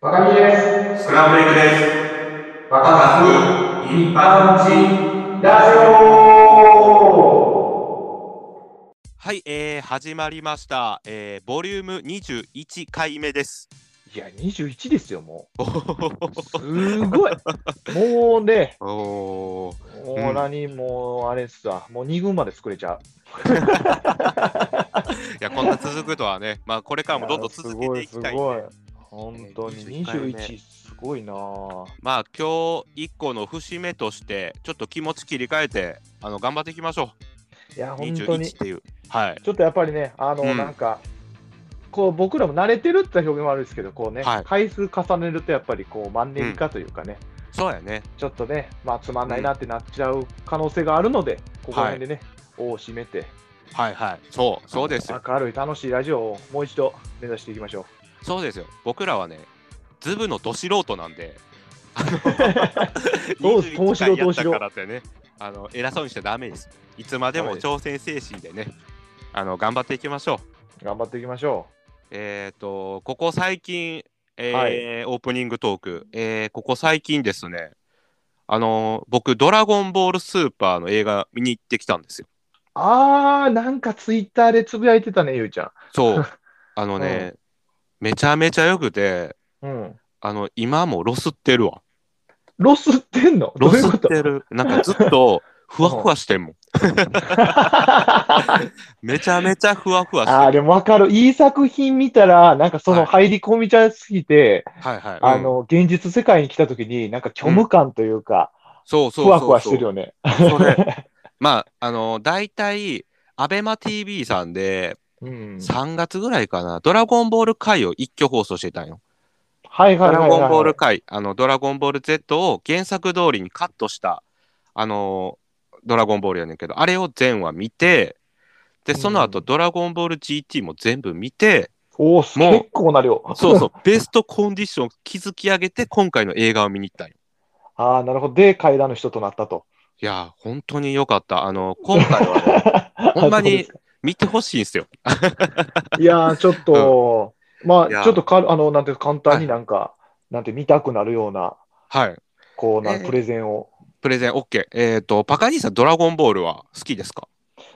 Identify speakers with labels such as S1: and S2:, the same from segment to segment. S1: 若木です。
S2: スクランブルエッグです。
S1: 若
S2: まさに一般人。
S1: 木ラジオ
S2: はい、えー、始まりました。えー、ボリューム21回目です。
S1: いや、21ですよ、も
S2: お
S1: う。すごい。もうね、
S2: おー。
S1: もう何、もうあれっすわ。もう2軍まで作れちゃ
S2: いや、こんな続くとはね、まあ、これから
S1: う。
S2: もどんどん続けていきたい
S1: やす。ごい、すごい。本当に
S2: 21回目
S1: 21、すごいなぁ。
S2: まあ、今日一個の節目として、ちょっと気持ち切り替えて、あの、頑張っていきましょ
S1: いや、
S2: う。
S1: 本当に
S2: 21っ。ていう。はい。
S1: ちょっとやっぱりね、あの、
S2: うん
S1: なんか、こう僕らも慣れてるって表現もあるんですけど、こうね、
S2: はい
S1: 回数重ねるとやっぱりこうマンネリ化というかね、
S2: そうやね。
S1: ちょっとね、まあ、つまんないなってなっちゃう可能性があるので、ここら
S2: はい
S1: 辺でね、尾を締めて、
S2: はいはい。そう、そうですよ。
S1: 明るい楽しいラジオをもう一度目指していきましょ
S2: そうですよ。僕らはね、ズブのど素人なん で、
S1: どう
S2: 21回や
S1: ど
S2: っ
S1: うしろ
S2: たからってね、あの偉そうにしちゃダメです。いつまでも挑戦精神でね、あの頑張っていきましょう。
S1: う。頑張っていきましょ
S2: えっ、と、ここ最近、えー
S1: はい
S2: オープニングトーク、えーここ最近ですね、あの僕、ドラゴンボールスーパーの映画見に行ってきたんですよ。
S1: う。あー、なんかツイッターでつぶやいてたね、ゆうちゃ
S2: そう、 あのね、めちゃめちゃよくて、
S1: ん。うん。
S2: あの今もロスってるわ。
S1: ロスってんの
S2: ロス
S1: どう
S2: っ
S1: いうこと
S2: てる。なんかずっとふわふわしてん もん。
S1: あ
S2: めちゃめちゃふわふわしてる。
S1: ー、でもわかる。いい作品見たら、なんかその入り込みちゃいすぎて、
S2: はいはい。
S1: あの、現実世界に来た時に、なんか虚無感というか、
S2: そうそうそうそう
S1: ふわふわしてるよね。
S2: そ れまああの大体アベマ t v さんで
S1: うん
S2: 3月ぐらいかな「ドラゴンボール回」を一挙放送してたんよ。
S1: はいは
S2: ド
S1: いは
S2: ラ
S1: いはい
S2: ゴンボール回あの「ドラゴンボール Z」を原作通りにカットしたあのドラゴンボールやねんけどあれを全話見てでその後、
S1: うん
S2: ドラゴンボール GT」も全部見て
S1: おお、す
S2: もう
S1: 結構な量。
S2: そうそうベストコンディションを築き上げて今回の映画を見に行ったんよ。
S1: ああ、なるほど。で、階段の人となったと。
S2: いやー本当によかった。あの今回はねほ んま
S1: そうで
S2: に
S1: すか
S2: 見てほしいんですよ。
S1: いやー、ちょっと、まあ、
S2: いやー
S1: ちょっとか、あの、なんていうか簡単になんか、なんて見たくなるような、
S2: はい
S1: こうな、
S2: えー
S1: プレゼンを。
S2: プレゼン OK。えっ、ー、と、パカ兄さん、ドラゴンボールは好きですか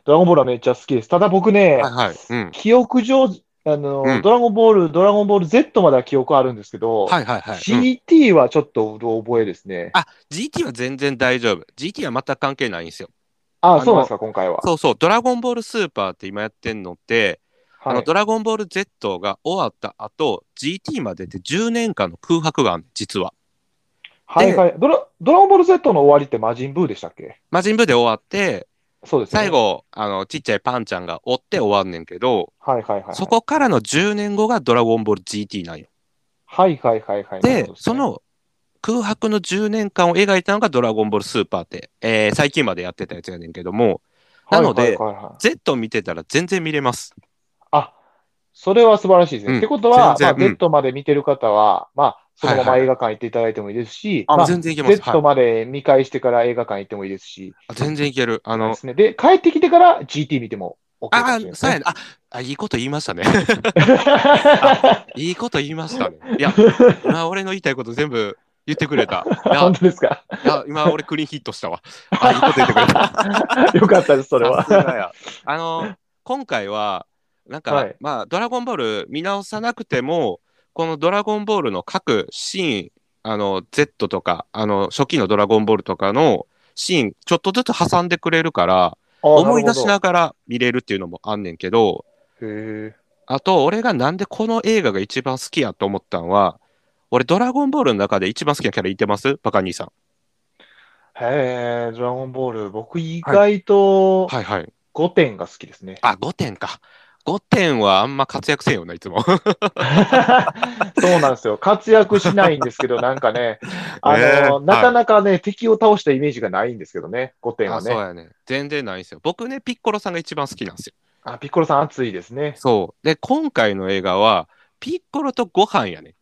S1: ドラゴンボールはめっちゃ好きです。ただ僕ね、
S2: はいはい。うん。
S1: 記憶上、あの、
S2: うん
S1: ドラゴンボール、ドラゴンボール Z までは記憶あるんですけど、
S2: はいはいはい。うん
S1: GT はちょっとうろ覚えですね。
S2: あ、GT は全然大丈夫。GT は全く関係ないんですよ。あ
S1: ああ、
S2: の
S1: そうなんですか、今回は。
S2: そうそう、ドラゴンボールスーパーって今やってんのって、あ
S1: は
S2: の、
S1: い。
S2: ドラゴンボール Z が終わった後、GT までで10年間の空白がある実は。
S1: はいはいドラ。ドラゴンボール Z の終わりって魔人ブーでしたっけ
S2: 魔人ブーで終わって、
S1: そうですね。
S2: 最。後、あの、ちっちゃいパンちゃんが追って終わんねんけど、
S1: はいはいはい。
S2: そこからの10年後がドラゴンボール GT なんよ。
S1: はいはいはいはい。なる
S2: で
S1: ほど、す
S2: そ
S1: ね、
S2: の空白の10年間を描いたのが「ドラゴンボールスーパー」って、えー最近までやってたやつやねんけども、なので
S1: はいはいはいはい
S2: Z を見てたら全然見れます。
S1: あ、それは素晴らしいですね。
S2: うん
S1: ってことは、ま
S2: 全
S1: あ、
S2: 然うん
S1: Z まで見てる方は、まあ、そのま
S2: は
S1: ま
S2: いはい
S1: 映画館行っていただいてもいいですし、
S2: あ、
S1: まあ
S2: 全然いけます。は
S1: Z
S2: い
S1: まで見返してから映画館行ってもいいですし、
S2: あ、全然いける。あ
S1: で
S2: の、
S1: すね。で、帰ってきてから GT 見ても OK かも
S2: あ
S1: しれないで
S2: あ、
S1: す
S2: そうや ね。
S1: ね。
S2: あ、あいいこと言いました ね。いいこと言いましたね。い や、今俺の言いたいこと全部言ってくれた。いや
S1: 本、当ですか
S2: いや今俺クリーンヒットしたわ。あ、いいこと言ってくれた。
S1: よかったです、それは
S2: さ。すがやあの、今回は、なんか、
S1: はい
S2: まあ、ドラゴンボール見直さなくても、このドラゴンボールの各シーン、あの、Z とか、あの、初期のドラゴンボールとかのシーン、ちょっとずつ挟んでくれるから、思い出し
S1: あ
S2: ながら見れるっていうのもあんねんけど、
S1: ーなる
S2: あと、俺がなんでこの映画が一番好きやと思ったんは、俺、ドラゴンボールの中で一番好きなキャラいてますバカ兄さん。
S1: ほど。へえ、ドラゴンボール、僕意外と
S2: はいはい。
S1: 5点が好きですね。
S2: あ、5点か。5点はあんま活躍せんよな、いつも。
S1: そうなんですよ。活躍しないんですけど、なんかね、あ の、
S2: ねえ
S1: なかなかね、敵を倒したイメージがないんですけどね、5点は
S2: あそう
S1: ね。
S2: やね。全然ないんですよ。僕ね、ピッコロさんが一番好きなんですよ。
S1: あ、ピッコロさん熱いですね。
S2: そう。で、今回の映画は、ピッコロとご飯やね。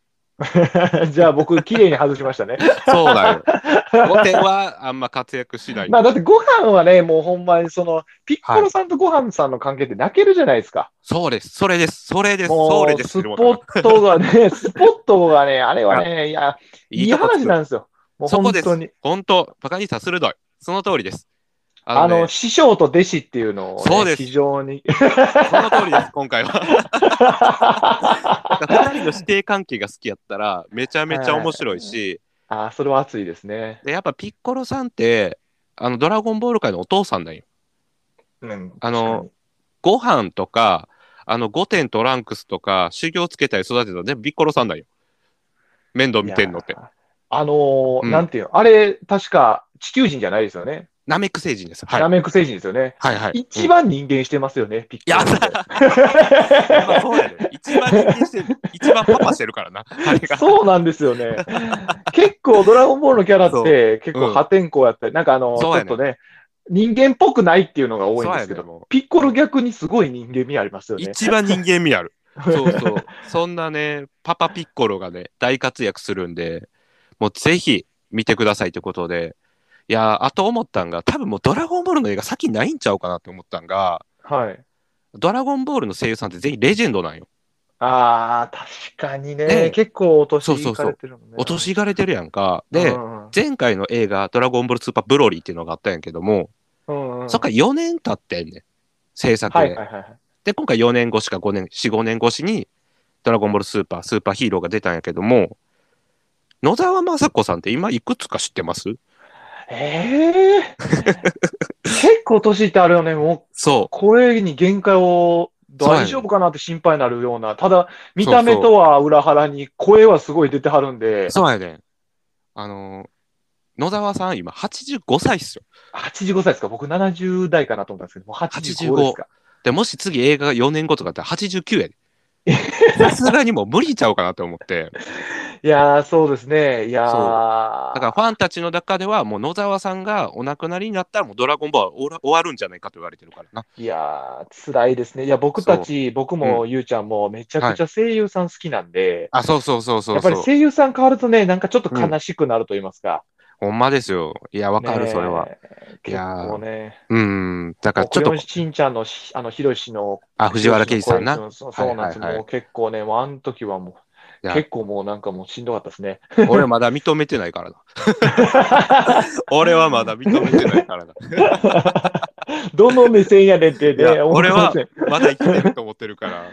S1: じゃあ僕、綺麗に外しましたね。
S2: そうだ よ。後手はあんま活躍しない。
S1: まあだってご飯はね、もうほんまにその、ピッコロさんとご飯さんの関係って泣けるじゃないですか。
S2: そうです。それです。それです。
S1: も
S2: そうれです。
S1: スポットがね、スポットがね、あれはね、いや、いい
S2: とこつく
S1: 話なんですよ。もう
S2: そ
S1: 本
S2: こです
S1: 当に。
S2: 本当、バカにさん鋭い。その通りです。
S1: あ
S2: あ
S1: の、
S2: のね、
S1: 師匠と弟子っていうのをね、
S2: そうです
S1: 非常に。
S2: その通りです、今回は。2人の師弟関係が好きやったら、めちゃめちゃ面白いし、
S1: あーそれは熱いですね。
S2: でやっぱピッコロさんって、あの、ドラゴンボール界のお父さんだよ。
S1: うん
S2: あの、ご飯とか、あの、五点トランクスとか、修行つけたり育てたの全部ピッコロさんだよ。面倒見てんのって
S1: い。やー。あのー
S2: うん
S1: なんていうの、あれ、確か地球人じゃないですよね。
S2: ナメック星人です。はい。
S1: ナメック星人ですよね。
S2: はいはい。
S1: 一番人間してますよね、ピッコロって
S2: うんやっぱそうやね。一番人間 してる、一番パパしてるからな。あれが。
S1: そうなんですよね。結構、ドラゴンボールのキャラって、結構破天荒やったり、なんかあの、ち
S2: そう
S1: ょ
S2: や
S1: っ
S2: ね
S1: とね、人間っぽくないっていうのが多いんですけ
S2: そうやね
S1: ど、
S2: もう
S1: ピッコロ逆にすごい人間味ありますよね。
S2: 一番人間味あ る。そうそう。そんなね、パパピッコロがね、大活躍するんで、もうぜひ見てくださいということで。いやー、あと思ったんが、多分もうドラゴンボールの映画先ないんちゃうかなって思ったんが、
S1: はい。
S2: ドラゴンボールの声優さんって全員レジェンドなんよ。
S1: ああ、確かに
S2: ね
S1: ね、結構お年
S2: そうそ
S1: いう
S2: そ
S1: か
S2: う
S1: れてるもんね。
S2: 落としがれてるやんか。で、
S1: うん
S2: 前回の映画、ドラゴンボールスーパーブロリーっていうのがあったんやけども、
S1: うんうん
S2: そっから4年経ってんねん。制作で。
S1: はいはいはいはい。
S2: で、今回4年越しか5年、4、5年越しに、ドラゴンボールスーパー、スーパーヒーローが出たんやけども、野沢雅子さんって今いくつか知ってます
S1: ええ結構年ってあるよね。もう、
S2: そ
S1: これに限界を
S2: そうやね
S1: 大丈夫かなって心配になるような。ただ、見た目とは裏腹に声はすごい出てはるんで
S2: う。、そうやねん。あのー野沢さん今85歳っすよ。
S1: 85歳ですか僕70代かなと思ったんですけど、もう85ですか
S2: で、もし次映画が4年後とかだったら89やで。さすがにもう無理ちゃうかなって思って。
S1: いやー、そうですね。いや
S2: そう
S1: ー。
S2: だからファンたちの中ではもう野沢さんがお亡くなりになったらもうドラゴンボールは終わ終わるんじゃないかと言われてるからな。
S1: いやー、辛いですね。いや、僕たち、僕もゆうちゃんもめちゃくちゃ声優さん好きなんで、
S2: あ、そうそうそうそ
S1: や
S2: う
S1: っぱ
S2: そ
S1: り
S2: う。
S1: 声優さん変わるとね、なんかちょっと悲しくなると言いますか。
S2: ほんまですよ。いや、わかる、
S1: ねえ
S2: それは。。い
S1: 結
S2: やー
S1: 構ね。
S2: うん。だからちょっ
S1: クレ
S2: と
S1: ヨン、しんちゃんのし、あの、ひろしの、
S2: あ、藤原刑事さんな。い
S1: そうそうそうなんです、
S2: はいはいはい
S1: もう結構ね、もうあの時はもう、
S2: や
S1: 結構もうなんかもうしんどかったですね。
S2: 俺まだ認めてないからな。 俺はまだ認めてないからな。
S1: どの目線やねんって
S2: い
S1: ね、
S2: や俺は
S1: 思って
S2: まだ生きてると思ってるから。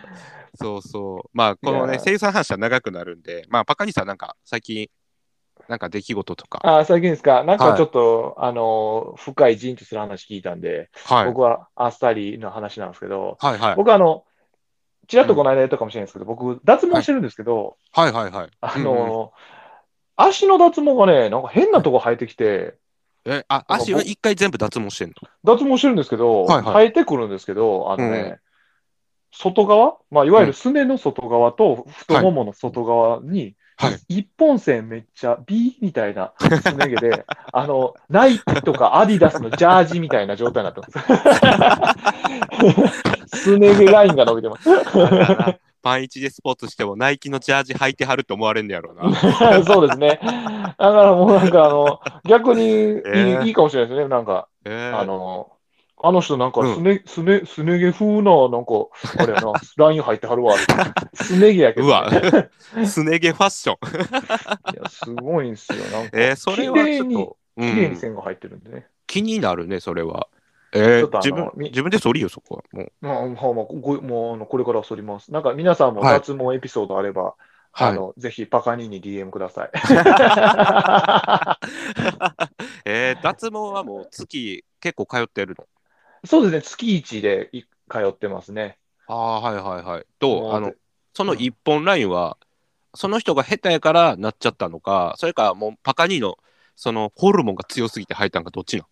S2: そうそう。まあ、この
S1: い
S2: ね、
S1: や
S2: 声優さん話は長くなるんで、まあ、パカニさんなんか最近、なんか出来事とか。
S1: あー最近ですか、な
S2: は
S1: んか
S2: い
S1: ちょっと、あのー、深いじんとする話聞いたんで、
S2: はい。
S1: 僕はアスタリの話なんですけど、
S2: はいはい。
S1: 僕はあの、ちらっとこの間やったかもしれないですけど、僕、脱毛してるんですけど、
S2: はいはいはい。
S1: あ
S2: うんうん
S1: のー、足の脱毛がね、なんか変なとこ生えてきて、
S2: え、あ、足は一回全部脱毛してんの
S1: 脱毛してるんですけど、
S2: はいはい
S1: 生えてくるんですけど、あのね、
S2: うん
S1: 外側、まあ、いわゆるすねの外側と太ももの外側に、
S2: はい。
S1: 一本線めっちゃ B みたいなすね 毛で、あの、ナイキとかアディダスのジャージみたいな状態になってます。 すね毛ラインが伸びてます。
S2: パンイチでスポーツしても、ナイキのジャージ履いてはると思われんのやろうな。
S1: そうですね。だからもうなんかあの、逆にいい,、
S2: ー
S1: いいかもしれないですね。なんか、
S2: えー
S1: あの、あの人なんか
S2: うん
S1: すね、すね、すね毛風な、なんか、 あれやな、ライン入ってはるわ。すね毛やけ
S2: う
S1: ど、ね。
S2: わ、すね毛ファッション。
S1: いや、すごいんすよ。なんか、
S2: えーそれはちょっと、う
S1: 綺麗に
S2: ん、
S1: 線が入ってるんでね。
S2: 気になるね、それは。え
S1: ち
S2: ー
S1: ょっとあの
S2: 自分
S1: み
S2: 自分で剃りよ、そこは。もう
S1: まあ、まあ、まあ、ごもう、あの、これから剃ります。なんか、皆さんも
S2: はい
S1: 脱毛エピソードあれば、あの、ぜひ、パカニに DM ください。
S2: えー脱毛はもう月結構通ってるの。
S1: そうですね、月一でい通ってますね。
S2: ああー、はいはいはい。
S1: も
S2: と、
S1: う
S2: あの、その一本ラインは、その人が下手やからなっちゃったのか、それかもうパカニーの、そのホルモンが強すぎて入ったんか、どっちなん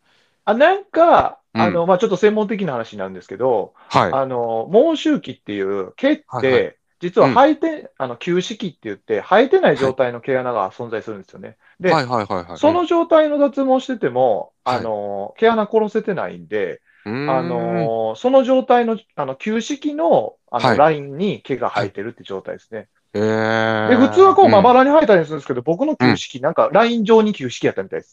S1: あ、なんか、
S2: うん
S1: あの、まあ、ちょっと専門的な話なんですけど、
S2: はい。
S1: あの、毛周期っていう、毛って、
S2: はいは
S1: 実は
S2: うん
S1: 生えて、あの、休止期って言って、生えてない状態の毛穴が存在するんですよね。で、
S2: はいはいはいはい。
S1: その状態の脱毛してても、
S2: はい
S1: あの、毛穴殺せてないんで、
S2: うん、
S1: あの、その状態の、あの、休止期の、あの、
S2: はい
S1: ラインに毛が生えてるって状態ですね。
S2: えー
S1: え、普通はこうま
S2: ん
S1: ばらに生えたりするんですけど、僕の旧式、なんかライン上に旧式やったみたいです。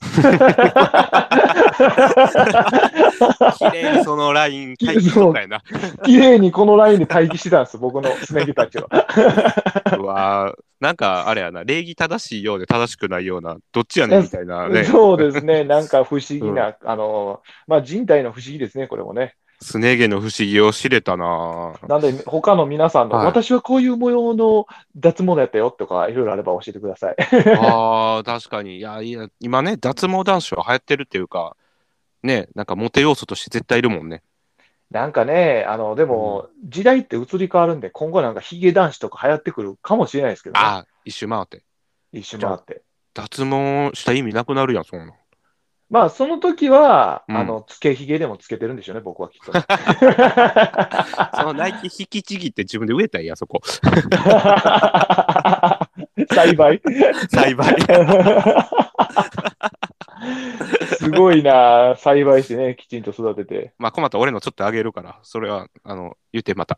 S2: 綺麗にそのライン回避とかやな。
S1: 綺麗にこのラインで待機してたんです、僕のスネギたちは。
S2: うわーなんかあれやな、礼儀正しいようで正しくないような、どっちやねんみたいなね、
S1: そうですね、なんか不思議な、あの、まあ人体の不思議ですね、これもね。
S2: すね毛の不思議を知れた な
S1: なんで、他の皆さんの、
S2: はい
S1: 私はこういう模様の脱毛だったよとか、いろいろあれば教えてください。
S2: あー確かに。いや、いや、今ね、脱毛男子は流行ってるっていうか、ね、なんかモテ要素として絶対いるもんね。
S1: なんかね、あの、でも、時代って移り変わるんで、今後なんかヒゲ男子とか流行ってくるかもしれないですけどね、
S2: ああ、一周回って。
S1: 一瞬回って。
S2: 脱毛した意味なくなるやん、そんなん。
S1: まあ、その時は、
S2: うん
S1: あの、つけひげでもつけてるんでしょうね、僕はきっ とね。
S2: そのナイキ引きちぎって自分で植えたんや、そ こ。
S1: 栽培
S2: 栽培。
S1: すごいな、栽培してね、きちんと育てて。
S2: まあ、困った俺のちょっとあげるから、それは、あの、言ってまた。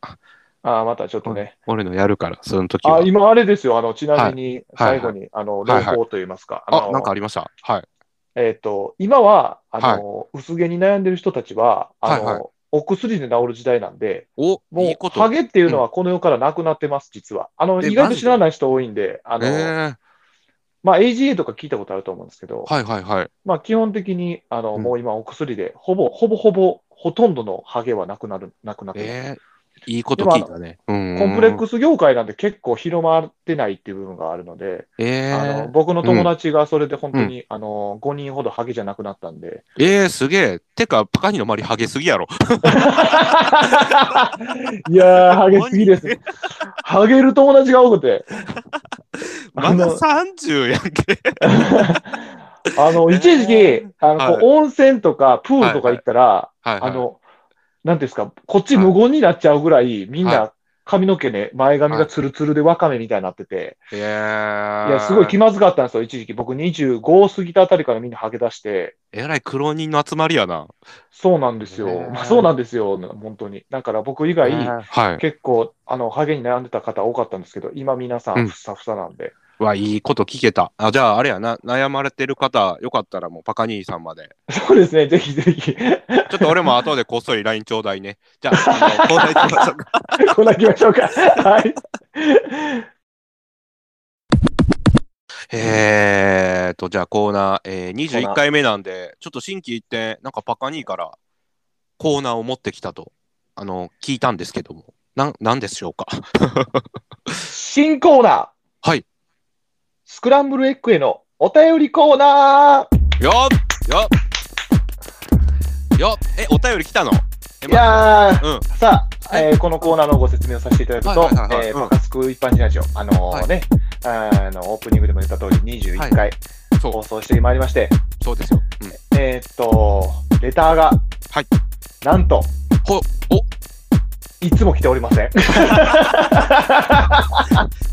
S1: ああ、またちょっとね。
S2: 俺のやるから、その時は。
S1: あ今、あれですよ、あのちなみに、
S2: はい
S1: 最後に、あの、
S2: はいは
S1: 朗
S2: い
S1: 報といいますか、
S2: あ
S1: の
S2: なんかありました。はい。
S1: えっ、と、今は、あの、薄毛に悩んでる人たちは、あの、
S2: はいは
S1: お薬で治る時代なんで、
S2: お、
S1: も
S2: いうい、こと。
S1: ハゲっていうのはこの世からなくなってます、実は。あの、
S2: え
S1: 意
S2: マ
S1: 外
S2: ジ
S1: と
S2: で
S1: 知らない人多いんで、あの、
S2: えー
S1: まあ、AGA とか聞いたことあると思うんですけど、
S2: はいはいはい。
S1: まあ、基本的に、あの、
S2: うん
S1: もう今お薬で、ほぼ、ほぼほぼ、ほとんどのハゲはなくなる、なくなってます。
S2: えー、いいこと聞いたね。うん。
S1: コンプレックス業界なんで結構広まってないっていう部分があるので、
S2: え
S1: あの
S2: ー、
S1: 僕の友達がそれで本当に、あの5人ほどハゲじゃなくなったん で、
S2: えー、すげえ。てか、パカニの周りハゲすぎやろ。
S1: いやー、ハゲすぎです。ハゲる友達が多くて、
S2: ま
S1: あ
S2: だ
S1: の
S2: 30やんけ。
S1: あの一時期あの、こう温泉とかプールとか行ったら、
S2: はい、はい。
S1: あの、なんていうんですか、こっち無言になっちゃうぐらい、みん
S2: は
S1: な髪の毛ね、前髪がツルツルでワカメみたいになってて、
S2: え
S1: い
S2: ー、
S1: や、すごい気まずかったんですよ、一時期。僕25過ぎたあたりからみんなハゲ出して、
S2: えらい苦労人の集まりやな。
S1: そうなんですよ。
S2: ねえ
S1: まあそうなんですよ、本当に。だから僕以外、
S2: はい。
S1: 結構、あの、ハゲに悩んでた方多かったんですけど、今皆さ
S2: うん
S1: ん、ふさふさなんで。
S2: わ、いいこと聞けた。あ、じゃあ、あれやな。悩まれてる方、よかったらもうパカニーさんまで。
S1: そうですね、ぜひぜひ、
S2: ちょっと俺も後でこっそり LINE ちょうだいね。じゃあ、あの、交代しましょうか。
S1: こんな行きましょうか。はい。
S2: えーと、じゃあコーナー、えー、
S1: コーナ
S2: 21
S1: ー
S2: 回目なんで、ちょっと新規一転、なんかパカニーからコーナーを持ってきたと、あの、聞いたんですけども、なん、なんでしょうか。
S1: 新コーナー。
S2: はい。
S1: スクランブルエッグへのお便りコーナー。
S2: よっよっよっえ、お便り来たのえ、
S1: いやー、
S2: うん。
S1: さあ、
S2: はい
S1: えーこのコーナーのご説明をさせていただく
S2: は
S1: と
S2: いはいはいはい、
S1: えー
S2: うん
S1: パカスク一般人ラジオ、あのー
S2: はい
S1: ね、あの、オープニングでも言った通り、
S2: はい
S1: 21回
S2: そ
S1: 放送してまいりまして、
S2: う、そうですよ。うん。
S1: えーっと、レターが、
S2: はい
S1: なんと、
S2: ほ、お、
S1: いつも来ており ません。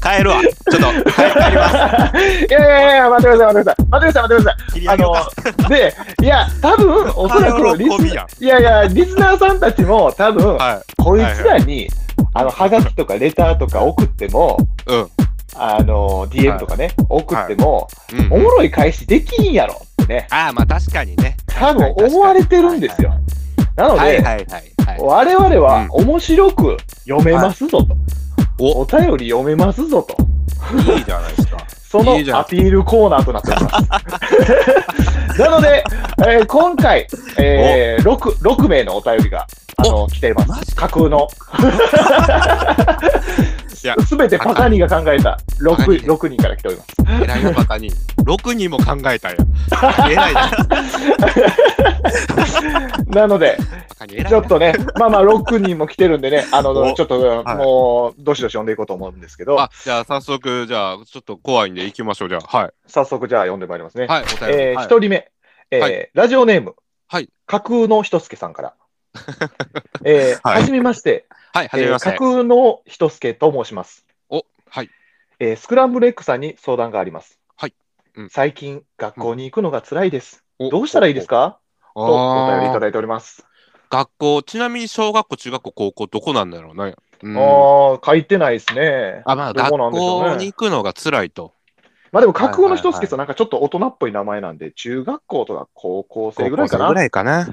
S2: 帰るわ。ちょっと、はい、帰り ます。
S1: いやいやいや、待ってください、待ってください。待ってください、待ってください。
S2: 切り
S1: あ
S2: 上げようか
S1: の、で、いや、多分、おそらくリ
S2: 喜び
S1: ス、
S2: やん。
S1: いやいや、リスナーさんたちも、多分、
S2: は
S1: こいつらに、あの、はがきとかレターとか送っても、
S2: い。うん。
S1: あの、DM とかね、送っても、
S2: うん、
S1: おもろい返しできんやろってね、
S2: ああ、まあ確かにね。
S1: 多分思われてるんですよ。なの
S2: はい
S1: で、
S2: はいはい、はい。
S1: 我々
S2: うん
S1: は面白く読めますぞと。
S2: お
S1: お便り読めますぞと。
S2: いいじゃないですか。
S1: その
S2: いいじゃん
S1: アピールコーナーとなってお ります。なので、えー今回、えー、6, 6名のお便りがあの来ていま
S2: マジ
S1: す。架空の。
S2: いや
S1: すべてパカニが考えた
S2: パカニ
S1: 6, 6人から来ております。
S2: えらいよ、バカに。6人も考えたんや。えらいな。
S1: なので、
S2: バカに偉いな
S1: ちょっとね、まあまあ6人も来てるんで ね、あ
S2: お
S1: の、ちょっと
S2: はい
S1: もう、どしどし読んでいこうと思うんですけど、
S2: あ、じゃあ早速、じゃあ、ちょっと怖いんで行きましょう、じゃあ。はい。
S1: 早速じゃあ読んでまいりますね。
S2: はい、お便り。
S1: えー、
S2: はい
S1: 1人目、えー
S2: は
S1: ラジオネーム、
S2: はい
S1: 架空のひとすけさん から。えー
S2: はい
S1: はじめまして、
S2: はい、はじめまし
S1: えー
S2: て
S1: 架。空のひとすけと申します、
S2: お、はい。
S1: えースクランブルエッグさんに相談があります。
S2: はいうん
S1: 最近、学校に行くのが辛いです。
S2: お
S1: どうしたらいいですか
S2: お
S1: とお便りい
S2: あ
S1: た
S2: ー
S1: だいております。
S2: 学校、ちなみに小学校、中学校、高校、どこなんだろうね。うん
S1: ああ、書いてないですね。
S2: あまあ、
S1: ど
S2: 学
S1: こなんでしょうね
S2: 校に行くのが辛いと。
S1: まあでも、架空の人好き
S2: はいはい
S1: さ、なんかちょっと大人っぽい名前なんで、中学校とか高校生ぐらいか
S2: 高校生
S1: な
S2: ぐ。らいかな。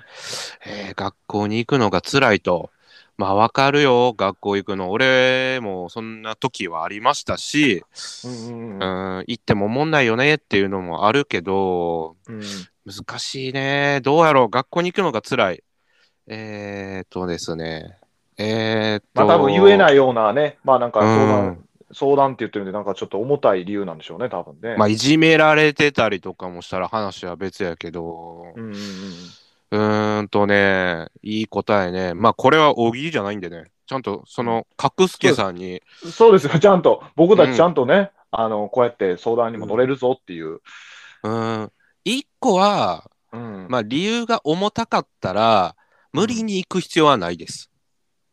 S2: えー学校に行くのが辛いと。まあ、わかるよ、学校行くの。俺もそんな時はありましたし、
S1: うんうん
S2: う
S1: う
S2: ん、
S1: ん
S2: 行ってもおもんないよねっていうのもあるけど、
S1: うん
S2: 難しいね。どうやろう、学校に行くのが辛い。えー、っとですね。えー、っ
S1: ま
S2: と。
S1: あ多分言えないようなね、まあなんか相
S2: う
S1: 談、相談って言ってるんで、なんかちょっと重たい理由なんでしょうね、多分ね。
S2: まあ、いじめられてたりとかもしたら話は別やけど、
S1: うんうんうん
S2: うーんとね、いい答えね。まあ、これは大喜利じゃないんでね、ちゃんとその、角助さんに、
S1: そうですよ、ちゃんと、僕たちちゃんとね、あのこうやって相談にも乗れるぞっていう。
S2: うーん、一個は、
S1: うん
S2: まあ、理由が重たかったら、無理に行く必要はないです。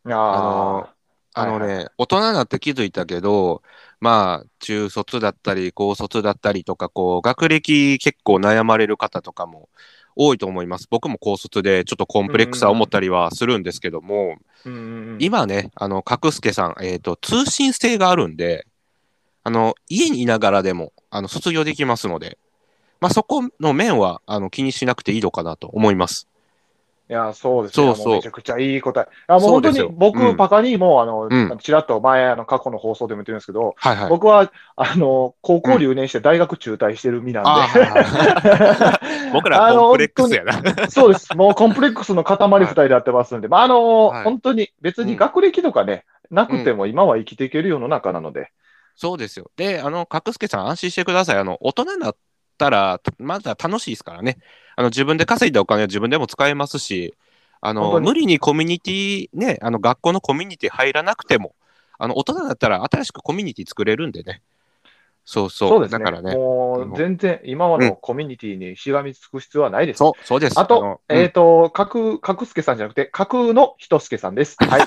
S1: あの
S2: あのね、
S1: はいは
S2: 大人になって気づいたけど、まあ、中卒だったり、高卒だったりとか、こう、学歴結構悩まれる方とかも多いと思います。僕も高卒で、ちょっとコンプレックスは思ったりはするんですけども、
S1: 今、
S2: 今ね、あの、角助さん、えっ、と、通信制があるんで、あの、家にいながらでも、あの、卒業できますので、まあ、そこの面は、あの、気にしなくていいのかなと思います。
S1: いや、そうですね。
S2: そうそう
S1: もめちゃくちゃいい答え。あもう
S2: そう
S1: 本
S2: で
S1: 当
S2: すよ
S1: に僕、
S2: うん
S1: パカにも、あの、
S2: うん
S1: ちらっと前、あの、過去の放送でも言ってるんですけど、
S2: はいはい。
S1: 僕は、あの、高校留年して大学中退してる身
S2: あ
S1: なん
S2: ーはいはい
S1: で、
S2: 僕らコンプレックスやな。
S1: そうです。もうコンプレックスの塊二人でやってますんで、まあ、あの、
S2: はい
S1: 本当に別
S2: う
S1: に
S2: ん
S1: 学歴とかね、なくても今は生きていける世の中なので、
S2: そうですよ。で、あの、角助さん、安心してください。あの、大人になったら、まだ楽しいですからね。あの、自分で稼いだお金は自分でも使えますし、あ
S1: 本
S2: の、
S1: 当に
S2: 無理にコミュニティ、ね、あの、学校のコミュニティ入らなくても、あの、大人だったら新しくコミュニティ作れるんでね。そうそう。
S1: そうですね。
S2: だからね。
S1: もう全然今は
S2: う
S1: のコミュニティにしがみつく必要はないです。
S2: そう、そうです。
S1: あ
S2: の
S1: と、
S2: うん
S1: えっ、と、かく、かくすけさんじゃなくて、かくのひとすけさん です。はい。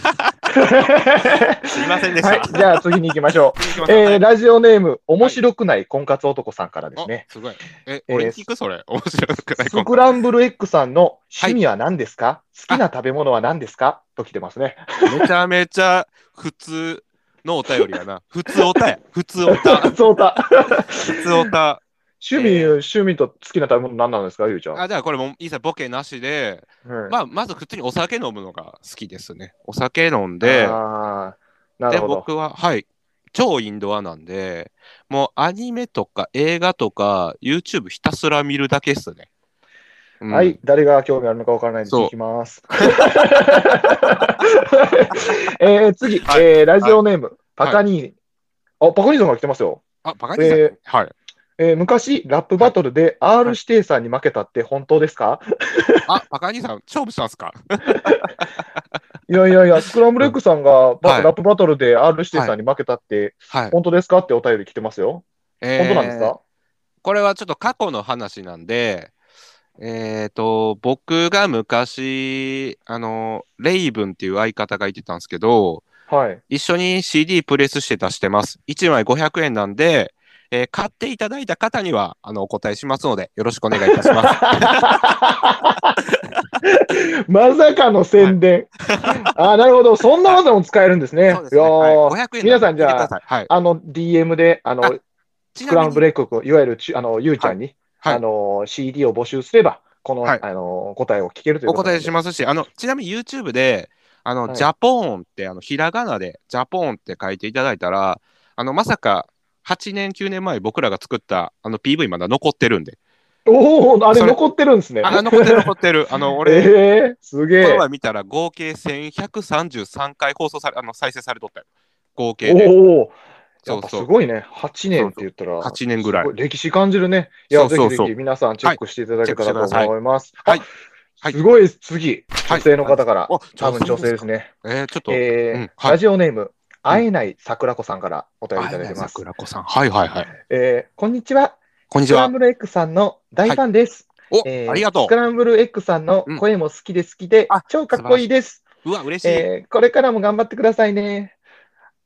S2: すいませんでした。
S1: はい。じゃあ次に行きましょ
S2: 続きま
S1: う。
S2: しょう
S1: えー、ラジオネーム、面白くない婚活男さんからです
S2: お
S1: ね。
S2: すごい。え、
S1: えー
S2: 俺に聞くそれ。面白くない
S1: ス
S2: こ
S1: クランブルエッグさんの趣味は何ですか、好きな食べ物は何ですかと来てますね。
S2: めちゃめちゃ普通のお便りやな。普通おたや。普通お た。
S1: そうだ。
S2: 普通おた。
S1: 趣味、
S2: えー
S1: 趣味と好きな食べ物何なんですかゆうちゃん。
S2: あじゃあこれも一切ボケなしで、
S1: うん
S2: まあ、まず普通にお酒飲むのが好きですね。お酒飲んで、
S1: あーな
S2: で
S1: るほど。
S2: 僕は、はい、超インドアなんで、もうアニメとか映画とか YouTube ひたすら見るだけっすね。うん
S1: はい、誰が興味あるのかわからないんで
S2: そう
S1: 聞き ます。えー、次、
S2: はい
S1: えーラジオネーム、パカニーニ。あ、パカニーニさんが来てますよ。
S2: あ、バカにさん、
S1: えー
S2: はい。
S1: えー昔、ラップバトルで R 指定さんに負けたって本当ですか、
S2: あ、バカにさん、勝負したんすか
S1: い、やいやいや、スクランブルエッグさんがバ、
S2: はい
S1: ラップバトルで R 指定さんに負けたって
S2: はい。
S1: 本当ですかってお便り来てますよ。
S2: えー
S1: 本当なんですか、
S2: これはちょっと過去の話なんで、えっ、と、僕が昔、あの、レイブンっていう相方がいてたんですけど、
S1: はい。
S2: 一緒に CD プレスして出してます。1枚500円なんで、えー買っていただいた方にはあのお答えしますので、よろしくお願いいたします。
S1: まさかの宣伝。 あーなるほど。そんな技も 使えるんですね。
S2: そうですね。
S1: いやー
S2: はい、500円
S1: 皆さんじゃあ
S2: 入れてくださいはい、
S1: あの、DM で、あの、
S2: あち
S1: スクランブ
S2: レ
S1: ルエッグ君、いわゆるちあのゆうちゃんに、
S2: はいはい
S1: あの CD を募集すれば、この,、
S2: はい
S1: あの答えを聞けるという
S2: お
S1: こと
S2: 答えし
S1: ま
S2: ますし、あの、ちなみに YouTube で、あの、
S1: はい
S2: ジャポーンって、あの、ひらがなで、ジャポーンって書いていただいたら、あの、まさか、8年、9年前僕らが作った、あの、PV まだ残ってるんで。
S1: す。おお、あれ
S2: それ
S1: 残ってるんですね。
S2: あ、残ってる、残ってる。あ の、俺、
S1: えー、すげ
S2: こ
S1: え
S2: の。前見たら合計1133回放送され、あの、再生されとったよ。合計で。
S1: おお、や
S2: そ
S1: っ
S2: う
S1: ぱ
S2: そ
S1: す
S2: う。
S1: ごいね。8年って言ったら、
S2: 8年ぐらい
S1: すご。歴史感じるね。いや、
S2: そうそうそう
S1: ぜひぜひ皆さんチェックしていただけたら
S2: はいチェックしてくださ
S1: と
S2: い
S1: 思います。
S2: はい
S1: あ
S2: はい
S1: すごい、次、女性の方から、
S2: お
S1: 多分女性です。ね。
S2: えー、ちょっと、
S1: え
S2: う
S1: ー
S2: んはい
S1: ラジオネーム、会えない桜子さんからお便りいただいてます。
S2: 桜子さん。はいはいはい。
S1: えーこんにちは。
S2: こんに
S1: スク
S2: ち
S1: ラ
S2: は
S1: ン。ブルエッグさんの大ファンです。
S2: お、
S1: えー
S2: ありがと
S1: スクランブルエッグさんの声も好きで好き
S2: う
S1: で、
S2: んあ
S1: 超かっこいいです、
S2: う。うわ、嬉しい。
S1: えーこれからも頑張ってくださいね。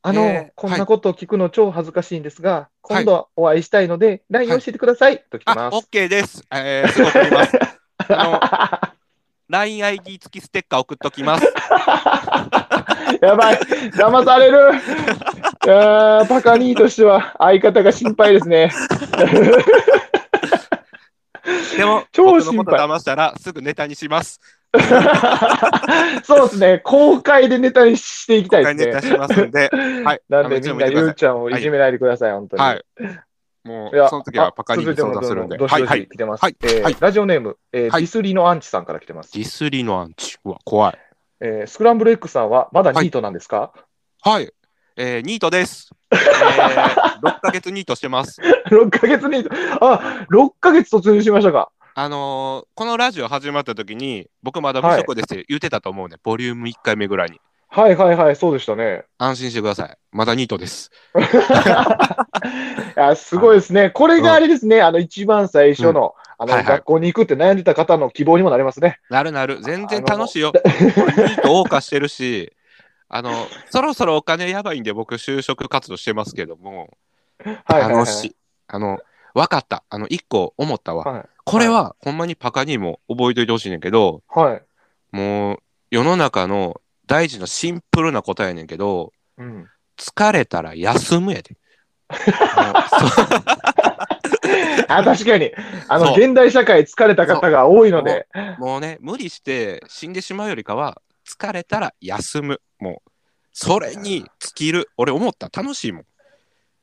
S1: あ
S2: え
S1: の、
S2: ー
S1: こんなことを聞くの超恥ずかしいんですが、
S2: はい
S1: 今度お会いしたいので、LINE
S2: は
S1: 教
S2: い
S1: えてください、と来て
S2: あ
S1: ま、す。
S2: OK です。えー、すごくい ます。あの、LINEID 付きステッカー送っときます。
S1: やばい、騙さ れる。あーパカ兄としては相方が心配ですね。
S2: でも、
S1: 超
S2: 僕の
S1: 心
S2: こと
S1: 配
S2: 騙したらすぐネタにします。
S1: そうですね、公開でネタにしていきた
S2: 今
S1: い
S2: 回ネ
S1: で
S2: タ
S1: すね。
S2: しますんで、はい。
S1: なん
S2: あの
S1: で
S2: いつ
S1: み
S2: も
S1: ん
S2: 見
S1: な
S2: てく
S1: ゆ
S2: だ
S1: うちゃんをいじめないでください、本当に。
S2: さい。はい。も
S1: いや
S2: う、その時はパカに
S1: あ
S2: 相談するんで。
S1: 続いて
S2: はい
S1: もど
S2: は
S1: しど
S2: い
S1: し。来てます。
S2: はい
S1: えー
S2: はい
S1: ラジオネーム、えー
S2: はい
S1: ディスリのアンチさんから来てます。
S2: ディスリのアンチ。うわ、怖い。
S1: えースクランブル X さんはまだニートなんですか、
S2: はい。えー、ニートです。え ー、6ヶ月ニートしてます。
S1: ?6 ヶ月ニート。あ、6ヶ月突入しましたか。
S2: あのーこのラジオ始まった時に、僕まだ無職ですって言ってたと思うね。ボリューム1回目ぐらいに。
S1: はいはいはい、そうでしたね。
S2: 安心してください。まだニートです。
S1: いやすごいですね。これがあれですね、あの、一番最初の、あの、
S2: はいはい
S1: 学校に行くって悩んでた方の希望にもなりますね。
S2: なるなる。全然楽しいよ。俺ニート謳歌してるし、あの、そろそろお金やばいんで僕就職活動してますけども、
S1: はいはい、はい。
S2: 楽しい。あの、わかった。あの、一個思ったわ。
S1: はい。
S2: これは、ほんまにパカにも覚えといてほしいねんけど、
S1: はい。
S2: もう、世の中の大事なシンプルな答えやねんけど、
S1: うん。
S2: 疲れたら休むや で。あのそう
S1: あ、確かに。あの、
S2: そう
S1: 現代社会疲れた方が多いので。
S2: もうね、無理して死んでしまうよりかは、疲れたら休む。もう、それに尽きる。俺思った。楽しいもん。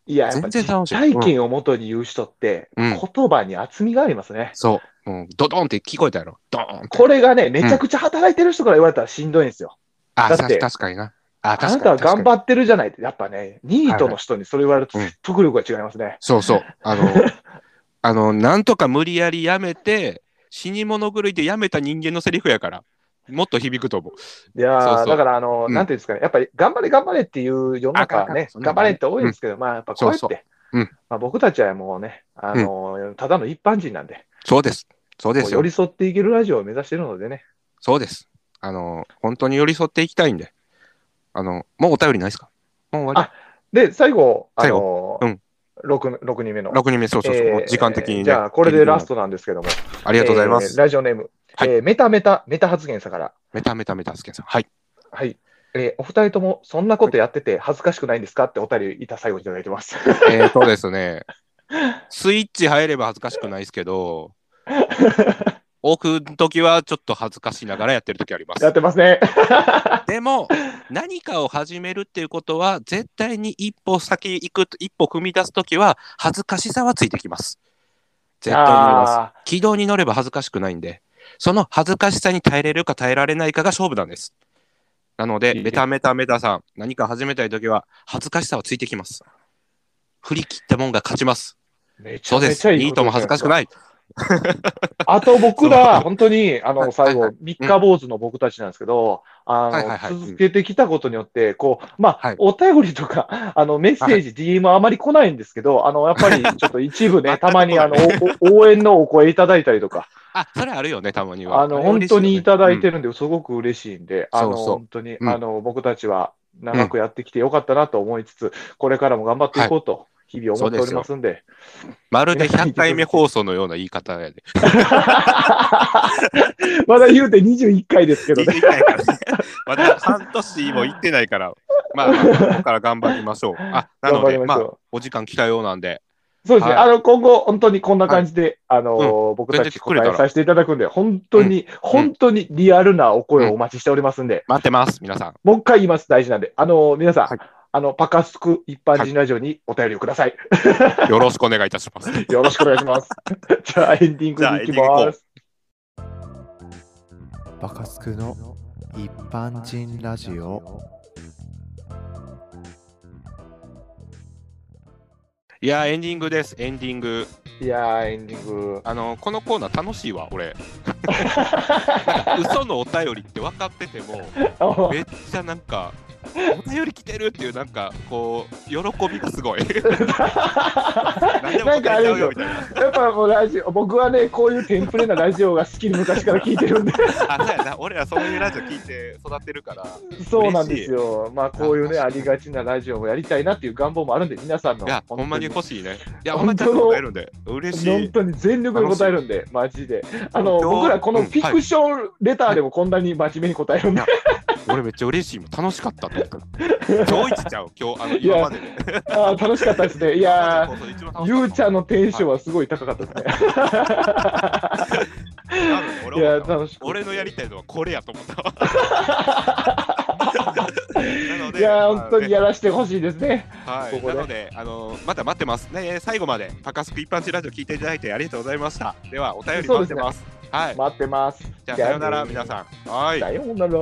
S1: いや、やっぱ
S2: 全然楽しい
S1: 体験をもとに言う人って、
S2: うん
S1: 言葉に厚みがありますね。
S2: そう。もうドドンって聞こえたやろ。ドーンって。
S1: これがね、めちゃくちゃ働いてる人から言われたらしんどいんですよ。
S2: あ、
S1: だって
S2: た確かにな。あ、
S1: あな
S2: 確
S1: た
S2: か
S1: は
S2: に。
S1: 頑
S2: 確かに
S1: 張ってるじゃないって、やっぱね、ニートの人にそれ言われると
S2: はいはい
S1: 説得力が違いますね。
S2: そうそう。あの、 あの、なんとか無理やりやめて、死に物狂いでやめた人間のセリフやから、もっと響くと思う。
S1: いやー
S2: そうそう
S1: だから、あの、
S2: うん
S1: なんていうんですかね、やっぱり頑張れ頑張れっていう世の中は
S2: あかん
S1: ね、
S2: あかんそんな
S1: 頑
S2: のな
S1: 張
S2: い
S1: れって多いですけど、まあやっぱこうやって、
S2: そうそううん
S1: まあ、僕たちはもうね、あのーただの一般人なんで、
S2: そうです。そうで
S1: こう
S2: すよ
S1: 寄。り添っていけるラジオを目指してるのでね、
S2: そうです。あの、本当に寄り添っていきたいんで。あの、もうお便りないですかもう終わ
S1: で、最後、あ
S2: 最
S1: のー
S2: うん
S1: 6, 六人目の
S2: り。。6人目、そうそうそう。もう時間的にね。
S1: じゃあ、これでラストなんですけども。あ
S2: ト。ありがとうございます。
S1: ラジオネーム、
S2: はい
S1: えーメタメタ、メタ発言さんから。
S2: メタメタメタスケさん。はい。
S1: はい。えーお二人とも、そんなことやってて恥ずかしくないんですかってお便りいた最後いただい てます。
S2: えー、そうですね。スイッチ入れば恥ずかしくないですけ ど、奥の時はちょっと恥ずかしながらやってる時ありま
S1: やっ
S2: す。
S1: てますね。
S2: でも、何かを始めるっていうことは、絶対に一歩先行く、一歩踏み出す時は、恥ずかしさはついてきます。絶対に言います。
S1: あ
S2: 軌道に乗れば恥ずかしくないんで、その恥ずかしさに耐えれるか耐えられないかが勝負なんです。なので、
S1: いい
S2: メタメタメタさん、何か始めたいときは、恥ずかしさはついてきます。振り切ったもんが勝ちます。
S1: ーめち
S2: そ
S1: ゃ
S2: うで
S1: めち
S2: す。
S1: ゃいい。
S2: ニートも恥ずかしく
S1: い。
S2: ない。
S1: あと僕
S2: そ
S1: ら、
S2: う
S1: 本当に、あ
S2: は
S1: の、
S2: い
S1: 最
S2: は
S1: 後
S2: い、
S1: 三日坊主の僕たちなんですけど、
S2: はいはい
S1: あ
S2: はい
S1: の、続けてきたことによって、こう、ま
S2: は
S1: あ
S2: い、
S1: お便りとか、あの、メッセージ、DM はあまり来ないんですけど、あの、やっぱり、ちょっと一部
S2: 全
S1: ね、
S2: く
S1: たまに、あの
S2: 来、
S1: おお応援のお声いただいたりとか、
S2: あ、それあるよね、たまには。
S1: あの、本当にいただいてるんで、すごく嬉しいんで、あ
S2: そ
S1: の、
S2: うそう
S1: 本当に、
S2: うん
S1: あの、僕たちは長くやってきてよかったなと思いつつ、これからも頑張っていこうと、日々思っておりますんで。
S2: まるで100回目放送のような言い方や で。
S1: まだ言うて21回ですけどね。
S2: 21回からねまだ半年も行ってないから、まあ、まあここから頑張りましょう。あ、なの
S1: 頑張り
S2: で、ま
S1: ましょう
S2: あ、お時間来たようなんで、
S1: そうですね、
S2: はい
S1: あの、今後、本当にこんな感じで、あのー僕た
S2: 出
S1: ち
S2: てくれた
S1: 答
S2: ら
S1: えさせていただくんで、本当に、本当にリアルなお声をお待ちしておりますんで、
S2: 待ってます、皆さん。
S1: もう一回言います、大事なんで。あのー皆さん、
S2: はい
S1: あの、パカスク一般人ラジオにお便りをください。
S2: よろしくお願いいたします。
S1: よろしくお願いします。 じゃあ、エンディングに行きます。
S3: バカスクの一般人ラジオ
S2: いやー、エンディングです、エンディング。
S1: いやー、エンディング。
S2: あのこのコーナー楽しいわ 俺なんか嘘のお便りって分かっててもめっちゃなんかお便り来てるっていうなんかこう喜びがすご い何でも
S1: なんかあ
S2: 答えちゃう
S1: れです
S2: よ
S1: よ
S2: みたいな
S1: やっぱもうラジオ、僕はね、こういうテンプレなラジオが好きで昔から聞いてるんで、
S2: あそうやな俺らそういうラジオ聞いて育ってるから
S1: そうなんですよ。まあ、こういうね、
S2: あ
S1: ありがちなラジオもやりたいなっていう願望もあるんで、皆さんの。
S2: いやほんまに
S1: 本
S2: 欲しいねいやほんま
S1: 本
S2: に
S1: 当
S2: ちゃ
S1: の
S2: んと答えるんで嬉
S1: 当
S2: し
S1: に本
S2: い
S1: 当に全力で答えるんで、マジで。あ
S2: 今
S1: の、
S2: 日
S1: 僕らこの
S2: うん
S1: フィクションレターでもこんなに真面目に答えるんで、
S2: 俺めっちゃ嬉しいもん楽しかったと思 った今日一ちゃう今日あの今までで
S1: あー楽しかったですね。いやー、ゆうちゃん
S2: の
S1: のテンションはすごい高かったですね。い、やー、楽しかっ
S2: 俺のやりたいのはこれやと 思ったわなの
S1: た。
S2: で
S1: いやー、
S2: まあ
S1: 本当にやらせてほしいですね。
S2: はい、
S1: ここで
S2: なので、あのまた待ってます。ね、えー最後までパカスク一般人ラジオ聞いていただいてありがとうございました。では、お便り待ってます。はい、
S1: 待ってます。
S2: じゃあ、さようなら、
S1: じゃあ
S2: 皆さん。はい。
S1: さようなら。